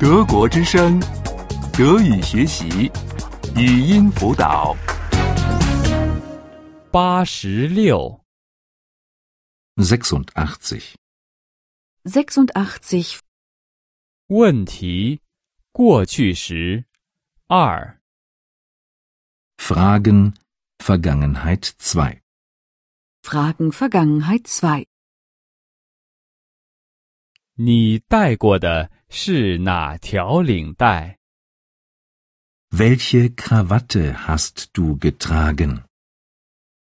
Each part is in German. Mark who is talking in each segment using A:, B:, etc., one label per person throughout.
A: 德国之声，德语学习，语音辅导。
B: 八十六，
C: 86.
D: 86.
B: 问题，过去时，二，
C: Fragen Vergangenheit 2.
D: Fragen Vergangenheit 2.
B: 你带过的是哪条领带？
C: Welche Krawatte hast du getragen?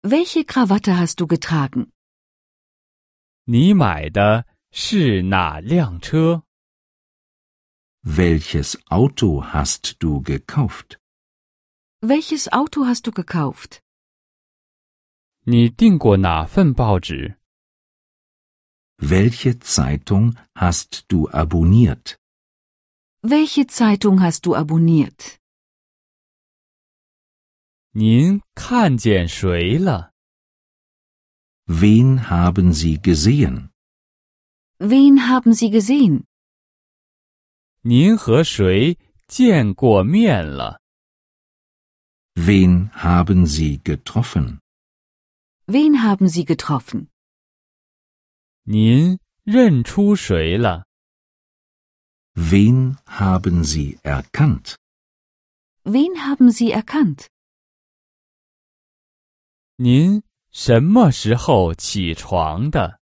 D: Welche Krawatte hast du getragen?
B: 你买的是哪辆车？
C: Welches Auto hast du gekauft?
D: Welches Auto hast du gekauft?
B: 你订过哪份报纸？
C: Welche Zeitung hast du abonniert?
D: Welche Zeitung hast du abonniert?
B: 您看见谁了？
C: Wen haben sie gesehen?
D: Wen haben sie gesehen?
B: 您和谁见过面了？
C: Wen haben sie getroffen?
D: Wen haben sie getroffen?
B: 您认出谁了？
C: Wen haben sie erkannt?
D: Wen haben sie erkannt?
B: 您什么时候起床的？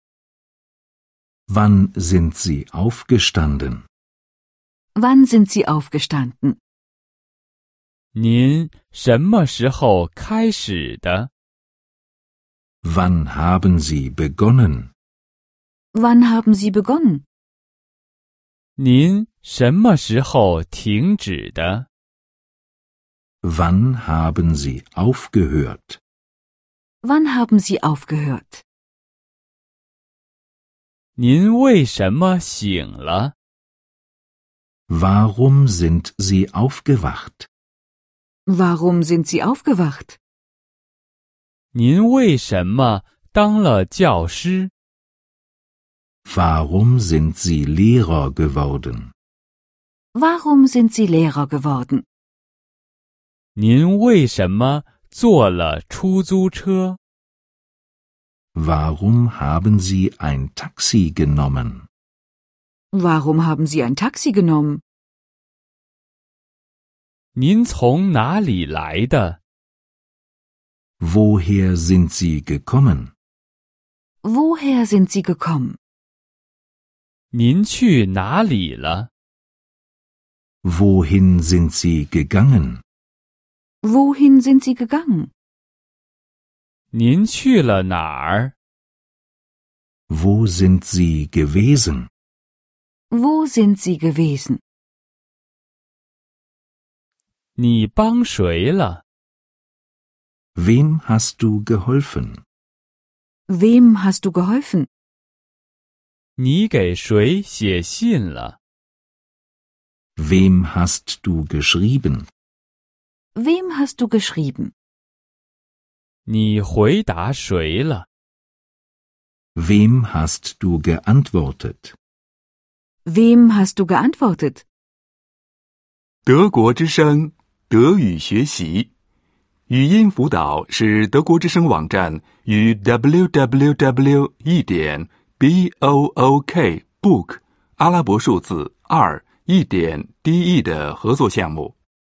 C: Wann sind sie aufgestanden?
D: Wann sind sie aufgestanden?
B: 您什么时候开始的？
C: Wann haben sie begonnen?
D: Wann haben sie begonnen?
B: 您什么时候停止的？
C: Wann haben sie aufgehört?
D: Wann haben sie aufgehört?
B: 您为什么醒了？
C: Warum sind sie aufgewacht?
D: Warum sind sie aufgewacht?
B: 您为什么当了教师？
C: Warum sind sie Lehrer geworden?
D: Warum sind sie Lehrer geworden?
B: 您为什么坐了出租车？
C: Warum haben sie ein Taxi genommen?
D: Warum haben sie ein Taxi genommen?
B: 您从哪里来的？
C: Woher sind sie gekommen?
D: Woher sind sie gekommen?
B: 您去哪里了？
C: Wohin sind sie gegangen?
D: Wohin sind sie gegangen?
B: 您去了哪儿？
C: Wo sind sie gewesen?
D: Wo sind sie gewesen?
B: 你帮谁了？
C: Wem hast du geholfen?
D: Wem hast du geholfen?
B: 你给谁写信了？
C: Wem hast du geschrieben?
D: Wem hast du geschrieben?
B: 你回答谁了？
C: Wem hast du geantwortet?
D: Wem hast du geantwortet?
A: 德国之声，德语学习，语音辅导是德国之声网站与 www. 一点 b o o k book 阿拉伯数字二一点 d e 的合作项目。